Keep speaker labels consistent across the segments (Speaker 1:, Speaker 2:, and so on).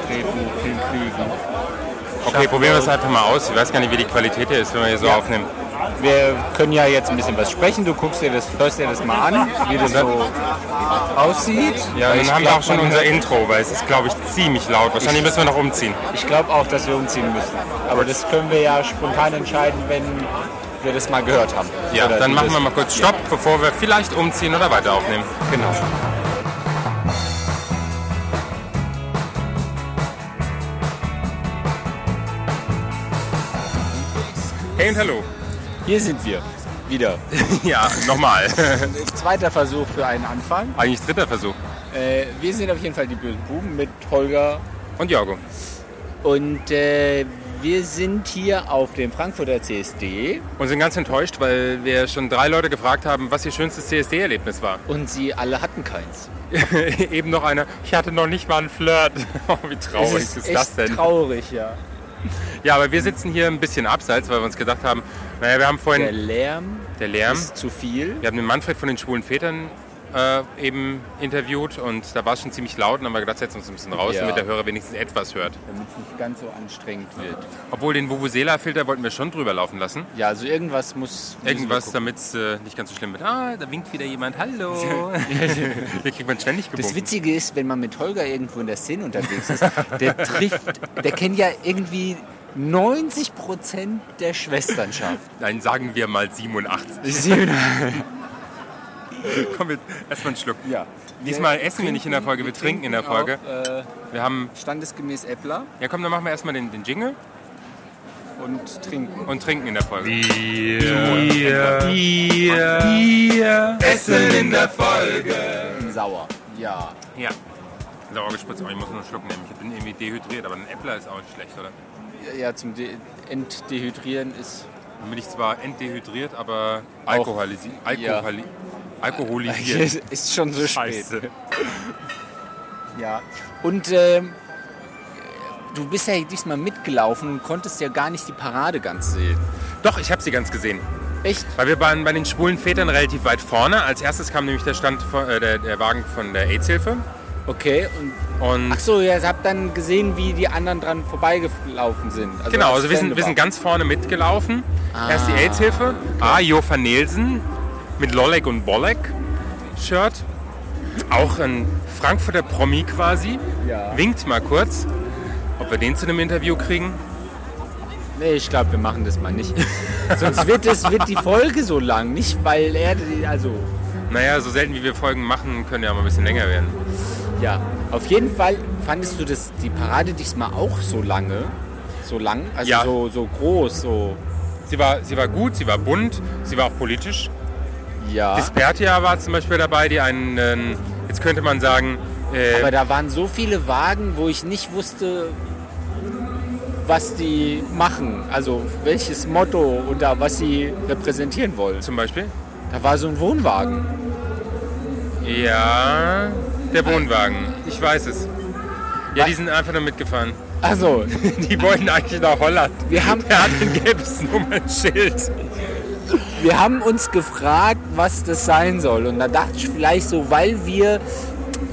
Speaker 1: Häfen, vielen Flügen.
Speaker 2: Okay, probieren wir es einfach mal aus. Ich weiß gar nicht, wie die Qualität hier ist, wenn wir hier so
Speaker 3: Ja.
Speaker 2: aufnehmen.
Speaker 3: Wir können ja jetzt ein bisschen was sprechen. Du guckst dir das, hörst dir das mal an, wie das so aussieht.
Speaker 2: Ja,
Speaker 3: Weil
Speaker 2: dann
Speaker 3: ich
Speaker 2: haben wir
Speaker 3: glaub,
Speaker 2: auch schon
Speaker 3: man
Speaker 2: unser
Speaker 3: hört-
Speaker 2: Intro, weil es ist, glaube ich, ziemlich laut. Wahrscheinlich müssen wir noch umziehen.
Speaker 3: Ich glaube auch, dass wir umziehen müssen. Aber das können wir ja spontan entscheiden, wenn wir das mal gehört haben.
Speaker 2: Ja,
Speaker 3: Oder
Speaker 2: dann
Speaker 3: du
Speaker 2: machen
Speaker 3: das-
Speaker 2: wir mal kurz Stopp, bevor wir vielleicht umziehen oder weiter aufnehmen.
Speaker 3: Genau.
Speaker 2: Hey und hallo.
Speaker 3: Hier sind wir wieder.
Speaker 2: Ja, nochmal.
Speaker 3: Zweiter Versuch für einen Anfang.
Speaker 2: Eigentlich dritter Versuch.
Speaker 3: Äh, wir sind auf jeden Fall die bösen Buben mit Holger
Speaker 2: Und Jorgo.
Speaker 3: und äh, wir sind hier auf dem Frankfurter CSD
Speaker 2: Und sind ganz enttäuscht, weil wir schon drei Leute gefragt haben, was ihr schönstes CSD-Erlebnis war.
Speaker 3: und sie alle hatten keins.
Speaker 2: Eben noch einer, ich hatte noch nicht mal einen Flirt. Oh, Wie traurig
Speaker 3: es
Speaker 2: ist,
Speaker 3: ist echt
Speaker 2: das denn?
Speaker 3: traurig, ja.
Speaker 2: Ja, aber wir sitzen hier ein bisschen abseits, weil wir uns gedacht haben, naja, wir haben
Speaker 3: Der
Speaker 2: vorhin
Speaker 3: Lärm
Speaker 2: der Lärm.
Speaker 3: ist zu viel.
Speaker 2: Wir haben den Manfred von den schwulen Vätern äh, eben interviewt und da war es schon ziemlich laut und dann haben wir gedacht, setzen wir uns ein bisschen raus,
Speaker 3: Ja.
Speaker 2: damit der Hörer wenigstens etwas hört.
Speaker 3: damit es nicht ganz so anstrengend wird.
Speaker 2: Obwohl den Vuvuzela-Filter wollten wir schon drüber laufen lassen.
Speaker 3: Ja, also irgendwas muss. müssen wir
Speaker 2: Irgendwas,
Speaker 3: gucken.
Speaker 2: damit es äh, nicht ganz so schlimm wird. Ah, da winkt wieder jemand, hallo. Hier kriegt man ständig
Speaker 3: Das
Speaker 2: gebogen.
Speaker 3: Witzige ist, wenn man mit Holger irgendwo in der Szene unterwegs ist, der trifft, der kennt ja irgendwie 90 Prozent der Schwesternschaft.
Speaker 2: Nein, sagen wir mal 87. Komm, wir erstmal einen Schluck.
Speaker 3: ja.
Speaker 2: Diesmal essen wir nicht in der Folge, wir trinken in der Folge.
Speaker 3: Auch, äh,
Speaker 2: Wir haben,
Speaker 3: standesgemäß Äppler
Speaker 2: ja komm, dann machen wir erstmal den, den Jingle
Speaker 3: und trinken.
Speaker 2: und trinken in der Folge.
Speaker 3: Sauer. Ja.
Speaker 2: Ja. Sauer gespritzt, aber ich muss nur einen Schluck nehmen. Ich bin irgendwie dehydriert, aber ein Äppler ist auch nicht schlecht, oder?
Speaker 3: Ja, zum De Entdehydrieren ist.
Speaker 2: Dann bin ich zwar entdehydriert, aber alkoholisi alkoholi alkoholisiert.
Speaker 3: ist schon so spät.
Speaker 2: Scheiße.
Speaker 3: Ja. Und ähm, du bist ja diesmal mitgelaufen und konntest ja gar nicht die Parade ganz sehen.
Speaker 2: Doch, ich habe sie ganz gesehen.
Speaker 3: Echt?
Speaker 2: Weil wir waren bei den schwulen Vätern relativ weit vorne. Als erstes kam nämlich der, Stand von, äh, der, der Wagen von der AIDS-Hilfe.
Speaker 3: Okay. Und
Speaker 2: Und
Speaker 3: ach so, ja, ihr habt dann gesehen, wie die anderen dran vorbeigelaufen sind. Also
Speaker 2: Genau,
Speaker 3: als
Speaker 2: also wir sind,
Speaker 3: Stände
Speaker 2: wir sind
Speaker 3: waren.
Speaker 2: ganz vorne mitgelaufen. Erst die AIDS-Hilfe. Ah, Jo van Nielsen mit Lollek und Bollek-Shirt. Auch ein Frankfurter Promi quasi.
Speaker 3: Ja.
Speaker 2: Winkt mal kurz, ob wir den zu einem Interview kriegen.
Speaker 3: Nee, ich glaube, wir machen das mal nicht. Sonst wird, es, wird die Folge so lang. Nicht, weil er. die- Also,
Speaker 2: Naja, so selten wie wir Folgen machen, können ja mal ein bisschen länger werden.
Speaker 3: ja. Auf jeden Fall fandest du das, die Parade diesmal auch so lange. So lang? Also
Speaker 2: Ja.
Speaker 3: so, so groß, so.
Speaker 2: Sie war, sie war gut, sie war bunt, sie war auch politisch.
Speaker 3: Ja.
Speaker 2: Dispertia war zum Beispiel dabei, die einen, äh, jetzt könnte man sagen, äh,
Speaker 3: Aber da waren so viele Wagen, wo ich nicht wusste, was die machen. Also welches Motto oder was sie repräsentieren wollen.
Speaker 2: zum Beispiel.
Speaker 3: Da war so ein Wohnwagen.
Speaker 2: Ja, der Wohnwagen. Ich weiß es. Ja,
Speaker 3: Was?
Speaker 2: die sind einfach nur mitgefahren.
Speaker 3: Also,
Speaker 2: Die wollten eigentlich nach Holland.
Speaker 3: wir haben,
Speaker 2: Er hat ein gelbes Nummernschild.
Speaker 3: wir haben uns gefragt, was das sein soll. Und da dachte ich vielleicht so, weil wir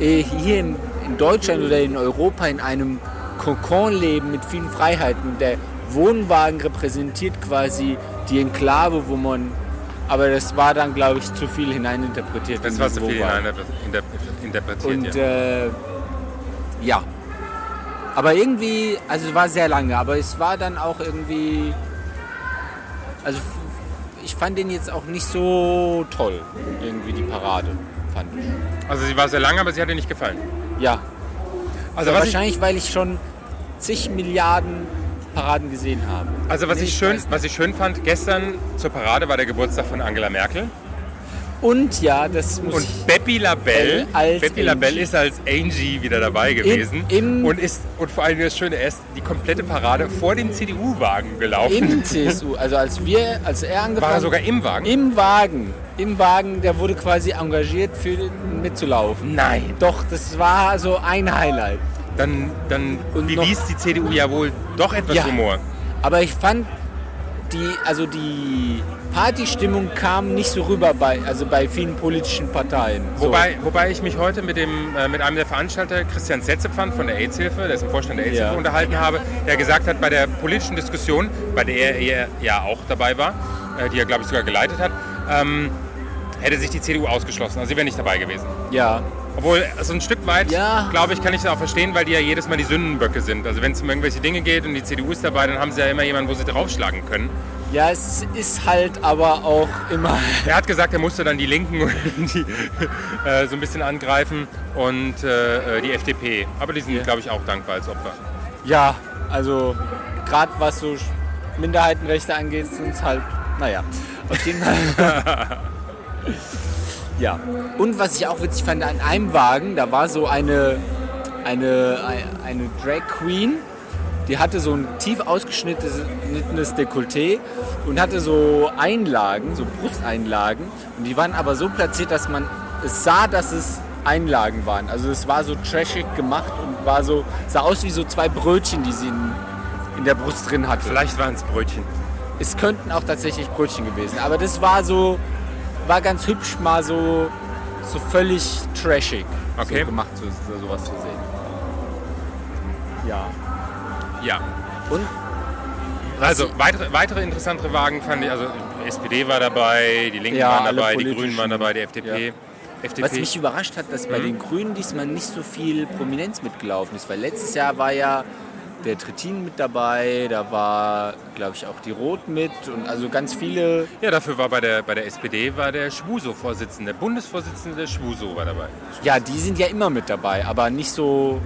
Speaker 3: äh, hier in, in Deutschland oder in Europa in einem Kokon leben mit vielen Freiheiten. Der Wohnwagen repräsentiert quasi die Enklave, wo man. Aber das war dann, glaube ich, zu viel hineininterpretiert.
Speaker 2: Das
Speaker 3: in
Speaker 2: war
Speaker 3: diesen
Speaker 2: so viel
Speaker 3: Wohnwagen.
Speaker 2: hineininterpre- inter- interpretiert.
Speaker 3: Und
Speaker 2: ja.
Speaker 3: äh, ja. Aber irgendwie, also es war sehr lange, aber es war dann auch irgendwie. Also f- ich fand den jetzt auch nicht so toll, irgendwie die Parade, fand ich.
Speaker 2: Also sie war sehr lang, aber sie hat ihr nicht gefallen.
Speaker 3: Ja.
Speaker 2: Also was, ich,
Speaker 3: wahrscheinlich, weil ich schon zig Milliarden Paraden gesehen habe.
Speaker 2: also was,
Speaker 3: Nee,
Speaker 2: ich
Speaker 3: ich
Speaker 2: schön,
Speaker 3: weiß
Speaker 2: was ich schön fand, gestern zur Parade war der Geburtstag von Angela Merkel.
Speaker 3: Und ja, das muss ich.
Speaker 2: Und Beppi Labelle,
Speaker 3: Als
Speaker 2: Beppi Labelle
Speaker 3: Angie.
Speaker 2: ist als Angie wieder dabei gewesen.
Speaker 3: im-
Speaker 2: und, ist, und vor allem das Schöne ist, die komplette Parade vor dem CDU-Wagen gelaufen.
Speaker 3: Im CSU, also als wir, als er angefangen
Speaker 2: War er sogar im Wagen?
Speaker 3: im Wagen, im Wagen, der wurde quasi engagiert, für mitzulaufen.
Speaker 2: Nein.
Speaker 3: Doch, das war so ein Highlight.
Speaker 2: Dann, dann
Speaker 3: Und
Speaker 2: bewies die CDU ja wohl doch etwas
Speaker 3: Ja.
Speaker 2: Humor.
Speaker 3: Aber ich fand die, also die Partystimmung kam nicht so rüber bei, also bei vielen politischen Parteien. So.
Speaker 2: Wobei, wobei ich mich heute mit, dem, äh, mit einem der Veranstalter, Christian Setzepfand von der AIDS-Hilfe, der ist im Vorstand der AIDS-Hilfe,
Speaker 3: Ja.
Speaker 2: unterhalten habe, der gesagt hat, bei der politischen Diskussion, bei der er ja auch dabei war, äh, die er, glaube ich, sogar geleitet hat, ähm, hätte sich die CDU ausgeschlossen. Also sie wäre nicht dabei gewesen.
Speaker 3: ja.
Speaker 2: Obwohl, so ein Stück weit,
Speaker 3: Ja.
Speaker 2: glaube ich, kann ich das auch verstehen, weil die ja jedes Mal die Sündenböcke sind. Also wenn es um irgendwelche Dinge geht und die CDU ist dabei, dann haben sie ja immer jemanden, wo sie draufschlagen können.
Speaker 3: ja, es ist halt aber auch immer
Speaker 2: Er hat gesagt, er musste dann die Linken und die, äh, so ein bisschen angreifen und äh, äh, die FDP. Aber die sind, glaube ich, auch dankbar als Opfer.
Speaker 3: Ja, also gerade was so Sch- Minderheitenrechte angeht, sind es halt, naja, auf jeden Fall. ja. Und was ich auch witzig fand, an einem Wagen, da war so eine, eine, ei- eine Drag Queen, die hatte so ein tief ausgeschnittenes Dekolleté und hatte so Einlagen, so Brusteinlagen. Und die waren aber so platziert, dass man es sah, dass es Einlagen waren. Also es war so trashig gemacht und war so, sah aus wie so zwei Brötchen, die sie in, in der Brust drin hatte.
Speaker 2: Vielleicht waren es Brötchen.
Speaker 3: Es könnten auch tatsächlich Brötchen gewesen, aber das war so, war ganz hübsch mal so, so völlig trashig
Speaker 2: Okay.
Speaker 3: so gemacht, so, so, sowas zu sehen. Ja.
Speaker 2: Ja.
Speaker 3: Und
Speaker 2: Also weitere, weitere interessantere Wagen fand ich, also SPD war dabei, die Linken
Speaker 3: Ja,
Speaker 2: waren
Speaker 3: alle
Speaker 2: dabei, die Grünen
Speaker 3: politischen.
Speaker 2: waren dabei, die FDP. FDP.
Speaker 3: Was mich überrascht hat, dass bei den Grünen diesmal nicht so viel Prominenz mitgelaufen ist, weil letztes Jahr war ja der Trittin mit dabei, da war, glaube ich, auch die Rot mit und also ganz viele.
Speaker 2: ja, dafür war bei der, bei der SPD war der Schwuso-Vorsitzende, der Bundesvorsitzende der Schwuso war dabei.
Speaker 3: Ja, die sind ja immer mit dabei, aber nicht so,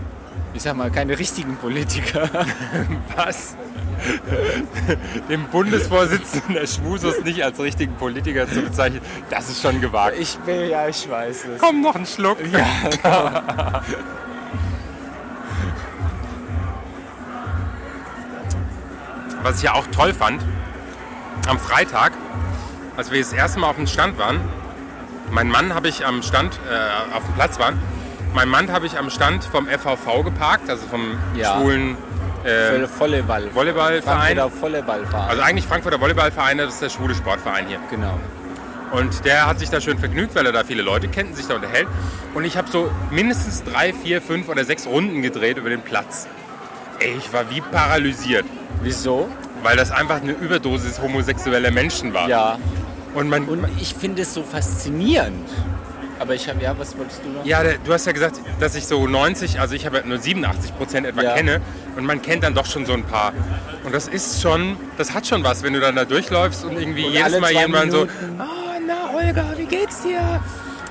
Speaker 3: ich sag mal, keine richtigen Politiker.
Speaker 2: Was? Den Bundesvorsitzenden der Schwusos nicht als richtigen Politiker zu bezeichnen, das ist schon gewagt.
Speaker 3: Ich will, ja, ich weiß es.
Speaker 2: Komm, noch einen Schluck. Was ich ja auch toll fand, am Freitag, als wir das erste Mal auf dem Stand waren, mein Mann habe ich am Stand, äh, auf dem Platz waren, mein Mann habe ich am Stand vom FVV geparkt, also vom
Speaker 3: Ja.
Speaker 2: schwulen äh,
Speaker 3: Volleyball.
Speaker 2: Volleyballverein.
Speaker 3: Frankfurter Volleyballverein.
Speaker 2: Also eigentlich Frankfurter Volleyballverein, das ist der schwule Sportverein hier.
Speaker 3: genau.
Speaker 2: Und der hat sich da schön vergnügt, weil er da viele Leute kennt und sich da unterhält. Und ich habe so mindestens drei, vier, fünf oder sechs Runden gedreht über den Platz. Ey, ich war wie paralysiert,
Speaker 3: Wieso?
Speaker 2: weil das einfach eine Überdosis homosexueller Menschen war.
Speaker 3: Ja.
Speaker 2: Und man,
Speaker 3: Und ich finde es so faszinierend. Aber ich habe, ja, was wolltest du noch?
Speaker 2: ja, der, du hast ja gesagt, dass ich so 90, also ich habe ja nur 87 Prozent etwa
Speaker 3: Ja.
Speaker 2: kenne. Und man kennt dann doch schon so ein paar. Und das ist schon, das hat schon was, wenn du dann da durchläufst und irgendwie
Speaker 3: Und
Speaker 2: jedes
Speaker 3: alle
Speaker 2: Mal
Speaker 3: zwei
Speaker 2: jemand so,
Speaker 3: Minuten.
Speaker 2: oh, na Holger, wie geht's dir?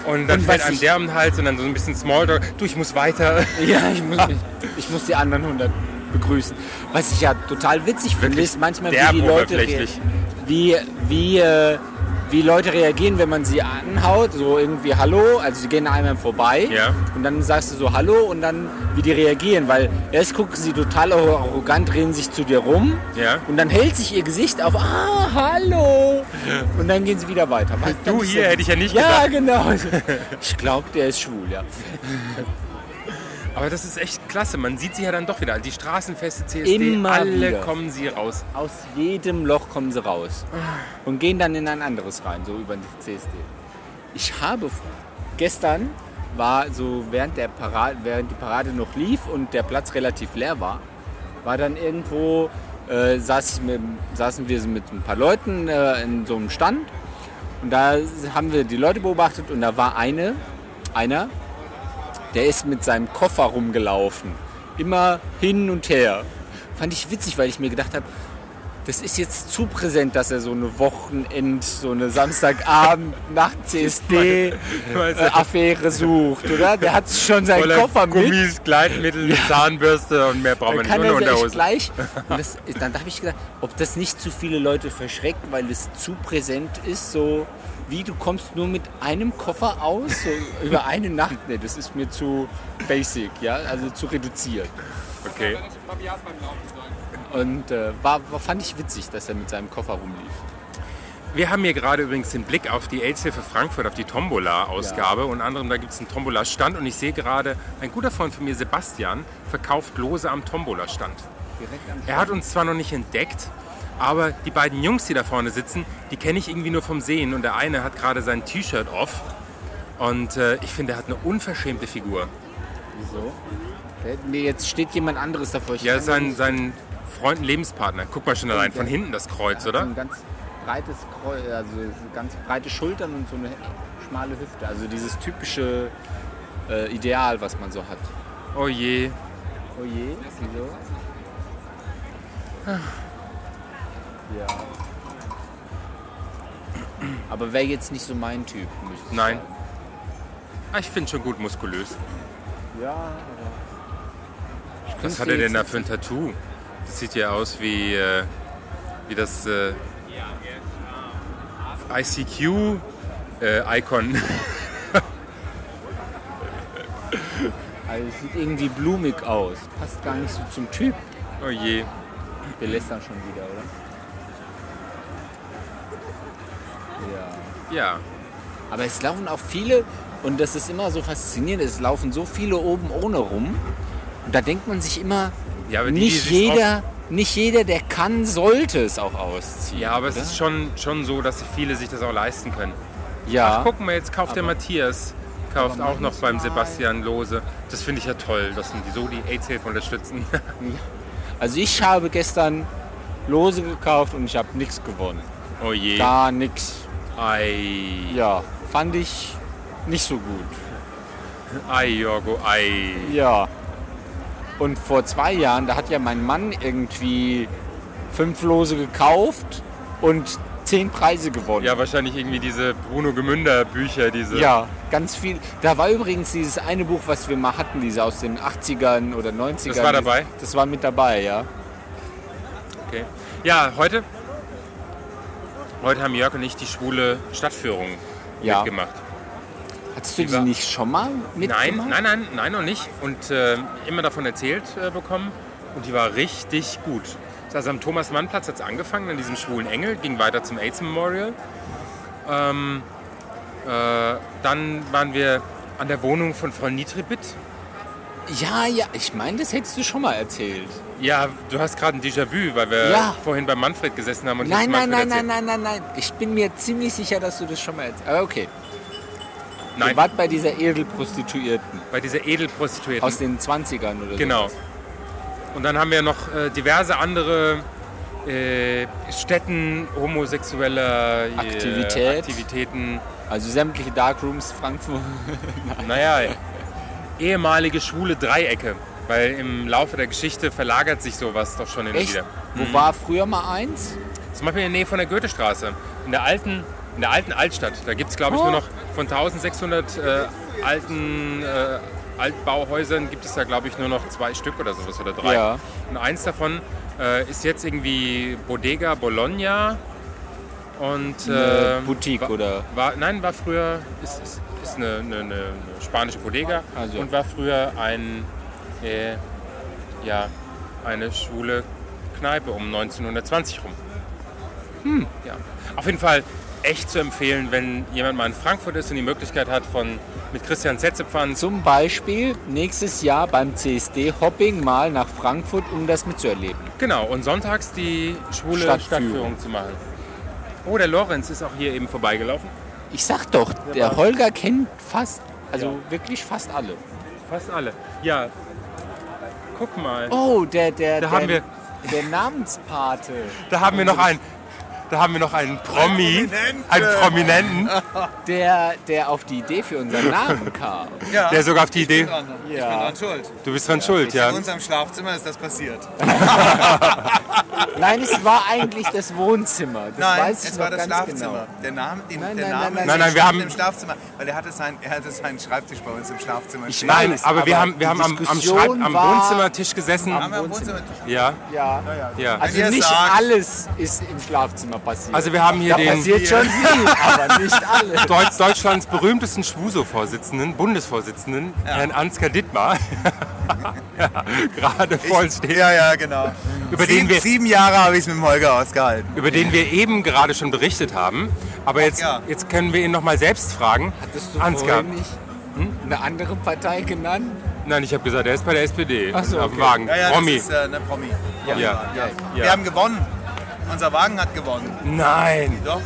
Speaker 2: Und dann
Speaker 3: Und
Speaker 2: fällt
Speaker 3: was
Speaker 2: einem
Speaker 3: ich-
Speaker 2: der um den Hals und dann so ein bisschen Smalltalk. Du, ich muss weiter.
Speaker 3: Ja, ich muss, mich, ich muss die anderen 100 begrüßen. Was ich ja total witzig finde,
Speaker 2: Wirklich
Speaker 3: ist manchmal,
Speaker 2: derb
Speaker 3: wie die Leute rea-
Speaker 2: oberflächlich.
Speaker 3: wie, wie, äh, wie Leute reagieren, wenn man sie anhaut. So irgendwie Hallo, also sie gehen einmal vorbei
Speaker 2: Ja.
Speaker 3: und dann sagst du so Hallo und dann wie die reagieren. Weil erst gucken sie total arrogant, drehen sich zu dir rum
Speaker 2: Ja.
Speaker 3: und dann hält sich ihr Gesicht auf Ah, Hallo und dann gehen sie wieder weiter. Was-
Speaker 2: Du
Speaker 3: das ist
Speaker 2: hier hätte ich ja nicht
Speaker 3: Ja,
Speaker 2: gedacht.
Speaker 3: genau. Ich glaube, der ist schwul, ja.
Speaker 2: Aber das ist echt klasse. Man sieht sie ja dann doch wieder. Die Straßenfeste, CSD,
Speaker 3: Immer
Speaker 2: alle
Speaker 3: wieder.
Speaker 2: kommen sie raus.
Speaker 3: Aus jedem Loch kommen sie raus und gehen dann in ein anderes rein, so über den CSD. Ich habe f- gestern war so während der Parade, während die Parade noch lief und der Platz relativ leer war, war dann irgendwo äh, saß ich mit, saßen wir so mit ein paar Leuten äh, in so einem Stand und da haben wir die Leute beobachtet und da war eine, einer, der ist mit seinem Koffer rumgelaufen. Immer hin und her. Fand ich witzig, weil ich mir gedacht habe, das ist jetzt zu präsent, dass er so eine Wochenend, so eine Samstagabend, Nacht CSD
Speaker 2: Weil
Speaker 3: äh, Affäre sucht, oder? Der hat schon seinen
Speaker 2: voller
Speaker 3: Koffer mit.
Speaker 2: Gummis, Gleitmittel, Zahnbürste und mehr braucht
Speaker 3: Dann
Speaker 2: man nicht.
Speaker 3: kann
Speaker 2: Und
Speaker 3: er
Speaker 2: eine
Speaker 3: ja echt
Speaker 2: Unterhose.
Speaker 3: gleich. Und das, dann habe ich gedacht, ob das nicht zu viele Leute verschreckt, weil es zu präsent ist, so wie du kommst nur mit einem Koffer aus, so über eine Nacht. Nee, das ist mir zu basic, ja, also zu reduziert.
Speaker 2: Okay.
Speaker 3: Und äh, war, war, fand ich witzig, dass er mit seinem Koffer rumlief.
Speaker 2: Wir haben hier gerade übrigens den Blick auf die AIDS-Hilfe Frankfurt, auf die Tombola-Ausgabe. Unter anderem, da gibt es einen Tombola-Stand. Und ich sehe gerade, ein guter Freund von mir, Sebastian, verkauft Lose am Tombola-Stand.
Speaker 3: Direkt am
Speaker 2: Er hat uns zwar noch nicht entdeckt, Aber die beiden Jungs, die da vorne sitzen, die kenne ich irgendwie nur vom Sehen. Und der eine hat gerade sein T-Shirt off. Und äh, ich finde, er hat eine unverschämte Figur.
Speaker 3: Wieso? Nee, jetzt steht jemand anderes davor. Ich
Speaker 2: Ja,
Speaker 3: kann
Speaker 2: sein,
Speaker 3: nicht-
Speaker 2: sein Freund und Lebenspartner. Guck mal schon allein von hinten das Kreuz,
Speaker 3: So
Speaker 2: oder?
Speaker 3: ein ganz breites Kreuz, also so ganz breite Schultern und so eine schmale Hüfte. Also dieses typische äh, Ideal, was man so hat.
Speaker 2: Oh je.
Speaker 3: Oh je, wieso? Ja. Aber wäre jetzt nicht so mein Typ, müsste ich
Speaker 2: Nein.
Speaker 3: sagen.
Speaker 2: Ah, Ich finde schon gut muskulös.
Speaker 3: Ja, aber.
Speaker 2: Was hat er denn da für ein Tattoo? Das sieht ja aus wie, äh, wie das äh, ICQ-Icon. äh,
Speaker 3: Also, es sieht irgendwie blumig aus. Passt gar nicht so zum Typ.
Speaker 2: oh je.
Speaker 3: Wir lästern schon wieder, oder? Ja.
Speaker 2: Ja.
Speaker 3: Aber es laufen auch viele, und das ist immer so faszinierend, es laufen so viele oben ohne rum. Und da denkt man sich immer,
Speaker 2: ja aber die, die
Speaker 3: nicht,
Speaker 2: sich's
Speaker 3: jeder, nicht jeder, der kann, sollte es auch ausziehen.
Speaker 2: Auf, ja, aber es
Speaker 3: oder?
Speaker 2: ist schon, schon so, dass viele sich das auch leisten können.
Speaker 3: Ja,
Speaker 2: Ach, guck mal, jetzt kauft der
Speaker 3: Aber-
Speaker 2: Matthias. Kauft
Speaker 3: Aber
Speaker 2: auch noch beim
Speaker 3: manchmal-
Speaker 2: Sebastian Lose. Das finde ich ja toll, dass die so die AIDS-Hilfe unterstützen.
Speaker 3: also ich habe gestern Lose gekauft und ich habe nichts gewonnen.
Speaker 2: oh je.
Speaker 3: Gar nichts.
Speaker 2: Ei.
Speaker 3: Ja, fand ich nicht so gut.
Speaker 2: Ei, Jorgo, ei.
Speaker 3: Ja. Und vor zwei Jahren, da hat ja mein Mann irgendwie fünf Lose gekauft und zehn Preise gewonnen.
Speaker 2: Ja, wahrscheinlich irgendwie diese Bruno Gemünder Bücher, diese.
Speaker 3: Ja, ganz viel. Da war übrigens dieses eine Buch, was wir mal hatten, diese aus den 80ern oder 90ern.
Speaker 2: Das war dabei?
Speaker 3: Das war mit dabei, ja.
Speaker 2: Okay. Ja, heute. Heute haben Jörg und ich die schwule Stadtführung
Speaker 3: Ja.
Speaker 2: mitgemacht.
Speaker 3: Hattest du
Speaker 2: Die
Speaker 3: die
Speaker 2: war-
Speaker 3: nicht schon mal mitgemacht?
Speaker 2: Nein, nein, nein, nein, noch nicht. Und äh, immer davon erzählt äh, bekommen. Und die war richtig gut. Also am Thomas-Mann-Platz hat es angefangen, an diesem schwulen Engel, ging weiter zum AIDS Memorial. Ähm, äh, dann waren wir an der Wohnung von Frau Nitribit.
Speaker 3: Ja, ja, ich meine, das hättest du schon mal erzählt.
Speaker 2: Ja, du hast gerade ein Déjà-vu, weil wir
Speaker 3: Ja.
Speaker 2: vorhin bei Manfred gesessen haben und ich
Speaker 3: Nein, nein,
Speaker 2: Manfred
Speaker 3: nein,
Speaker 2: erzählt.
Speaker 3: nein, nein, nein, nein. Ich bin mir ziemlich sicher, dass du das schon mal erzählt hast. Aber okay.
Speaker 2: Nein.
Speaker 3: Ihr wart bei dieser Edelprostituierten
Speaker 2: Bei dieser Edelprostituierten.
Speaker 3: aus den 20ern oder
Speaker 2: genau. Und dann haben wir noch äh, diverse andere äh, Stätten homosexueller äh,
Speaker 3: Aktivität.
Speaker 2: Aktivitäten.
Speaker 3: so. Also sämtliche Darkrooms Frankfurt.
Speaker 2: Naja, ehemalige schwule Dreiecke. Weil im Laufe der Geschichte verlagert sich sowas doch schon hin und
Speaker 3: Echt?
Speaker 2: wieder.
Speaker 3: Wo war früher mal eins?
Speaker 2: Zum Beispiel in der Nähe von der Goethestraße. In der alten, in der alten Altstadt. Da gibt es, glaube ich,
Speaker 3: Oh.
Speaker 2: nur noch von 1600 äh, alten äh, Altbauhäusern gibt es da, glaube ich, nur noch zwei Stück oder sowas oder drei.
Speaker 3: Ja.
Speaker 2: Und eins davon äh, ist jetzt irgendwie Bodega Bologna. Und
Speaker 3: Eine
Speaker 2: äh,
Speaker 3: Boutique
Speaker 2: wa-
Speaker 3: oder?
Speaker 2: War, nein, war früher ist, ist, ist eine, eine, eine eine spanische Bodega
Speaker 3: Also.
Speaker 2: und war früher ein äh, ja eine schwule Kneipe um 1920 rum.
Speaker 3: Hm.
Speaker 2: Ja. Auf jeden Fall echt zu empfehlen, wenn jemand mal in Frankfurt ist und die Möglichkeit hat, von mit Christian Setzepfann zu.
Speaker 3: Zum Beispiel nächstes Jahr beim CSD Hopping mal nach Frankfurt, um das mitzuerleben.
Speaker 2: Genau, und sonntags die schwule
Speaker 3: Stadtführung.
Speaker 2: Stadtführung zu machen. Oh, der Lorenz ist auch hier eben vorbeigelaufen.
Speaker 3: Ich sag doch, der Holger kennt fast, also wirklich fast alle.
Speaker 2: Fast alle. Ja. Guck mal.
Speaker 3: Oh, der, der,
Speaker 2: Da
Speaker 3: der,
Speaker 2: haben wir-
Speaker 3: der Namenspate.
Speaker 2: Da haben wir noch einen. Da haben wir noch einen Promi, einen Prominenten,
Speaker 3: Der, der auf die Idee für unseren Namen kam.
Speaker 1: Ja,
Speaker 2: der sogar auf die Idee.
Speaker 1: dran. ich bin
Speaker 3: Ja.
Speaker 1: dran schuld.
Speaker 2: Du bist dran schuld, ja.
Speaker 1: In unserem Schlafzimmer ist das passiert.
Speaker 3: Nein, es war eigentlich das Wohnzimmer. Das
Speaker 1: Nein,
Speaker 3: weiß ich
Speaker 1: es
Speaker 3: noch
Speaker 1: war das
Speaker 3: ganz genau.
Speaker 1: Schlafzimmer. Der Name, den,
Speaker 3: Nein,
Speaker 1: der
Speaker 3: nein,
Speaker 1: Name
Speaker 3: nein, nein,
Speaker 2: Nein, nein, wir
Speaker 1: stand
Speaker 2: haben-
Speaker 1: im Schlafzimmer, weil er hatte, sein, er hatte seinen Schreibtisch bei uns im Schlafzimmer.
Speaker 3: Ich
Speaker 1: stehen.
Speaker 3: weiß,
Speaker 2: Nein, aber wir
Speaker 3: aber
Speaker 2: haben, wir haben
Speaker 3: die
Speaker 2: am, am,
Speaker 3: Diskussion
Speaker 2: Schreib, am
Speaker 3: war-
Speaker 2: Wohnzimmertisch gesessen.
Speaker 1: Haben wir im Wohnzimmer.
Speaker 2: Ja,
Speaker 3: Genau. Ja.
Speaker 2: ja.
Speaker 3: Also
Speaker 1: ihr
Speaker 3: nicht
Speaker 1: sagt-
Speaker 3: alles ist im Schlafzimmer passiert.
Speaker 2: Also wir haben hier
Speaker 3: da
Speaker 2: den
Speaker 3: passiert schon viel, aber nicht alles.
Speaker 2: Deutsch, Deutschlands berühmtesten Schwuso-Vorsitzenden, Bundesvorsitzenden, Herrn Ansgar Dittmar, ja, gerade vor uns steht,
Speaker 1: Ja, ja, genau.
Speaker 2: Über
Speaker 1: sieben,
Speaker 2: den wir-
Speaker 1: sieben Jahre habe ich es mit dem Holger ausgehalten.
Speaker 2: über den wir eben gerade schon berichtet haben. Aber jetzt,
Speaker 1: ja.
Speaker 2: jetzt können wir ihn nochmal selbst fragen.
Speaker 3: Hattest du
Speaker 2: Ansgar.
Speaker 3: vorhin nicht hm, eine andere Partei genannt?
Speaker 2: Nein, ich habe gesagt, er ist bei der SPD
Speaker 3: Ach so,
Speaker 2: auf dem
Speaker 3: okay.
Speaker 2: Wagen.
Speaker 1: Ja, ja,
Speaker 2: Promi.
Speaker 1: das ist äh, eine Promi.
Speaker 2: Ja.
Speaker 1: Ja.
Speaker 2: Ja.
Speaker 1: Wir ne, haben gewonnen. Unser Wagen hat gewonnen.
Speaker 2: Nein.
Speaker 1: Doch.